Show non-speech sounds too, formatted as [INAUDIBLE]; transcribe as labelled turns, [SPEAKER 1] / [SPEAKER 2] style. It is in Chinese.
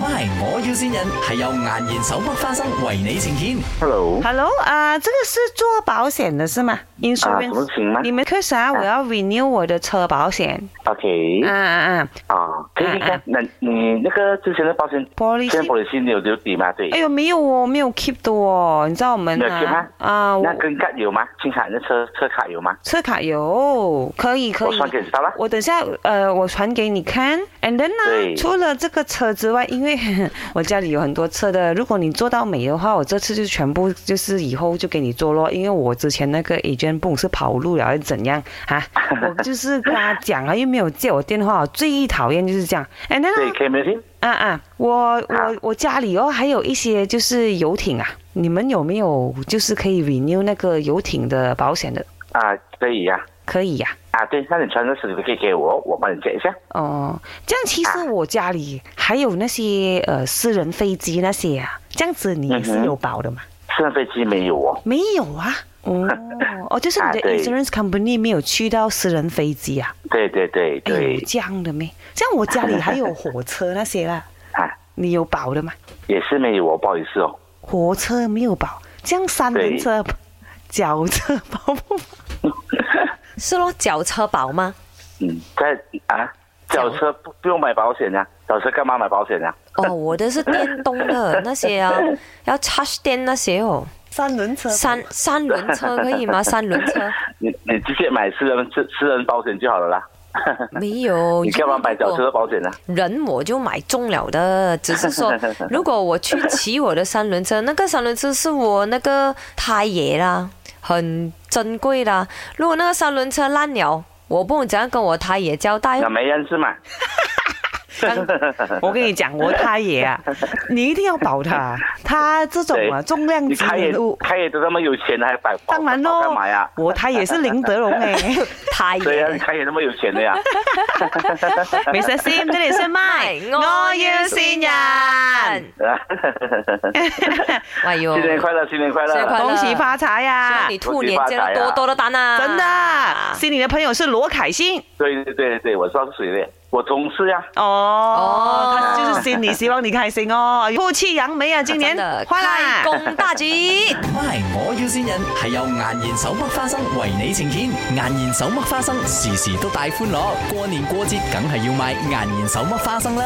[SPEAKER 1] MY，我要先人係由顏然手剝花生為你呈現。
[SPEAKER 2] Hello，
[SPEAKER 3] Hello，啊、这个是做保险的是吗
[SPEAKER 2] 啊，什么
[SPEAKER 3] ？Insurance，、
[SPEAKER 2] 情吗
[SPEAKER 3] 你们 c u s 啊，我要 renew 我的车保险。
[SPEAKER 2] ？OK，
[SPEAKER 3] 嗯嗯嗯，
[SPEAKER 2] 啊，可以可以
[SPEAKER 3] 嗯嗯
[SPEAKER 2] 那你那个之前的保险，
[SPEAKER 3] Policy
[SPEAKER 2] 现在保险有有抵吗？对
[SPEAKER 3] 哎，呦，没有哦，没有 keep 的哦，你知道我们
[SPEAKER 2] 没有 keep
[SPEAKER 3] 啊
[SPEAKER 2] 吗
[SPEAKER 3] 啊，我
[SPEAKER 2] 那跟卡有吗？新卡的车车卡有吗？
[SPEAKER 3] 车卡有，可以可
[SPEAKER 2] 我
[SPEAKER 3] 以。
[SPEAKER 2] 算给你知道吧。
[SPEAKER 3] 我等下，呃，我传给你看。And then 呢、
[SPEAKER 2] 对
[SPEAKER 3] 除了这个车之外，因为我家里有很多车的，如果你做到美的话，我这次就全部就是以后就给你做咯。因为我之前那个 agent 不懂是跑路了，还是怎样
[SPEAKER 2] [LAUGHS]
[SPEAKER 3] 啊？我就是跟他讲啊，又没有接我电话，我最讨厌就是这样。And then
[SPEAKER 2] 对，
[SPEAKER 3] 呢
[SPEAKER 2] 可以没问题。
[SPEAKER 3] 啊啊，我我我家里哦，还有一些就是游艇啊，你们有没有就是可以 renew 那个游艇的保险的？
[SPEAKER 2] 啊，可以呀。
[SPEAKER 3] 可以呀、
[SPEAKER 2] 啊，对，那你穿的衣服可以给我，我帮你借一下。
[SPEAKER 3] 哦，这样其实
[SPEAKER 2] 啊
[SPEAKER 3] 我家里还有那些呃私人飞机那些啊，这样子你也
[SPEAKER 2] 嗯
[SPEAKER 3] 是
[SPEAKER 2] 哼
[SPEAKER 3] 有保的嘛？
[SPEAKER 2] 私人飞机没有哦。
[SPEAKER 3] 没有
[SPEAKER 2] [LAUGHS]
[SPEAKER 3] 啊。哦，哦，就是你的
[SPEAKER 2] 啊对
[SPEAKER 3] insurance company 没有去到私人飞机啊？
[SPEAKER 2] 对对对
[SPEAKER 3] 哎有
[SPEAKER 2] 对，
[SPEAKER 3] 这样的咩？这样我家里还有火车那
[SPEAKER 2] [LAUGHS]
[SPEAKER 3] 些啦，
[SPEAKER 2] 啊，
[SPEAKER 3] 你有保的吗？
[SPEAKER 2] 也是没有哦，不好意思哦。
[SPEAKER 3] 火车没有保，这样三轮车、脚车保不保？
[SPEAKER 4] 是咯，脚车保吗？
[SPEAKER 2] 嗯，在啊，轿车不不用买保险呀，轿车干嘛买保险呀？啊 [LAUGHS]
[SPEAKER 4] 哦，我的是电动的那些啊，要 charge 电那些哦。
[SPEAKER 3] 三轮车保
[SPEAKER 2] 呃
[SPEAKER 4] 三三轮车可
[SPEAKER 2] [LAUGHS]
[SPEAKER 4] 以吗？三轮车
[SPEAKER 2] 你你直接买私人私私人保险就好了啦。
[SPEAKER 4] 没有。
[SPEAKER 2] 你干嘛买轿车的保险呢？
[SPEAKER 4] 人我就买中了的，只
[SPEAKER 2] [LAUGHS]
[SPEAKER 4] 是说如果我去骑我的三轮车，那个三轮车是我那个太爷啦，很珍贵啦。如果那个三轮车烂了，我不懂怎样跟我太爷交代
[SPEAKER 2] 那。没人是嘛？
[SPEAKER 3] 我跟你讲，我他也
[SPEAKER 2] [LAUGHS]
[SPEAKER 3] 啊， [LAUGHS] 你一定要保他，他这种啊
[SPEAKER 2] 对
[SPEAKER 3] 重量
[SPEAKER 2] 你
[SPEAKER 3] 级
[SPEAKER 2] 开也
[SPEAKER 3] 人物。
[SPEAKER 2] 开也都那么有钱了，还
[SPEAKER 3] [LAUGHS]
[SPEAKER 2] 摆保
[SPEAKER 3] 当然
[SPEAKER 2] 保
[SPEAKER 3] 咯，
[SPEAKER 2] 干嘛呀？
[SPEAKER 3] 我他也是林德荣哎、
[SPEAKER 4] 太
[SPEAKER 2] 对呀，你
[SPEAKER 4] 爷，
[SPEAKER 2] 开也那么有钱的呀？
[SPEAKER 3] 美食先，这里是
[SPEAKER 4] [LAUGHS]
[SPEAKER 3] 麦，我要先人，
[SPEAKER 4] 哎呦，
[SPEAKER 2] 新年快乐，新年快
[SPEAKER 4] 新年快
[SPEAKER 2] 乐！
[SPEAKER 4] 乐
[SPEAKER 3] 恭喜发财
[SPEAKER 4] 希
[SPEAKER 3] 呀、
[SPEAKER 4] 望你兔年接到多多的单啊！
[SPEAKER 3] 真的，心里的朋友是罗凯欣
[SPEAKER 2] 对对对对，我知道是谁的，我同事呀。
[SPEAKER 3] 哦，
[SPEAKER 4] 哦
[SPEAKER 3] 他就是心里希望你开心哦，夫妻扬眉啊，今年
[SPEAKER 4] 哦真的，
[SPEAKER 3] 快
[SPEAKER 4] 开
[SPEAKER 3] 啦！
[SPEAKER 4] 工大吉！
[SPEAKER 1] MY，我要先人係由顏然手剝花生為你呈現。顏然手剝花生時時都帶歡樂，過年過節梗係要買顏然手剝花生啦。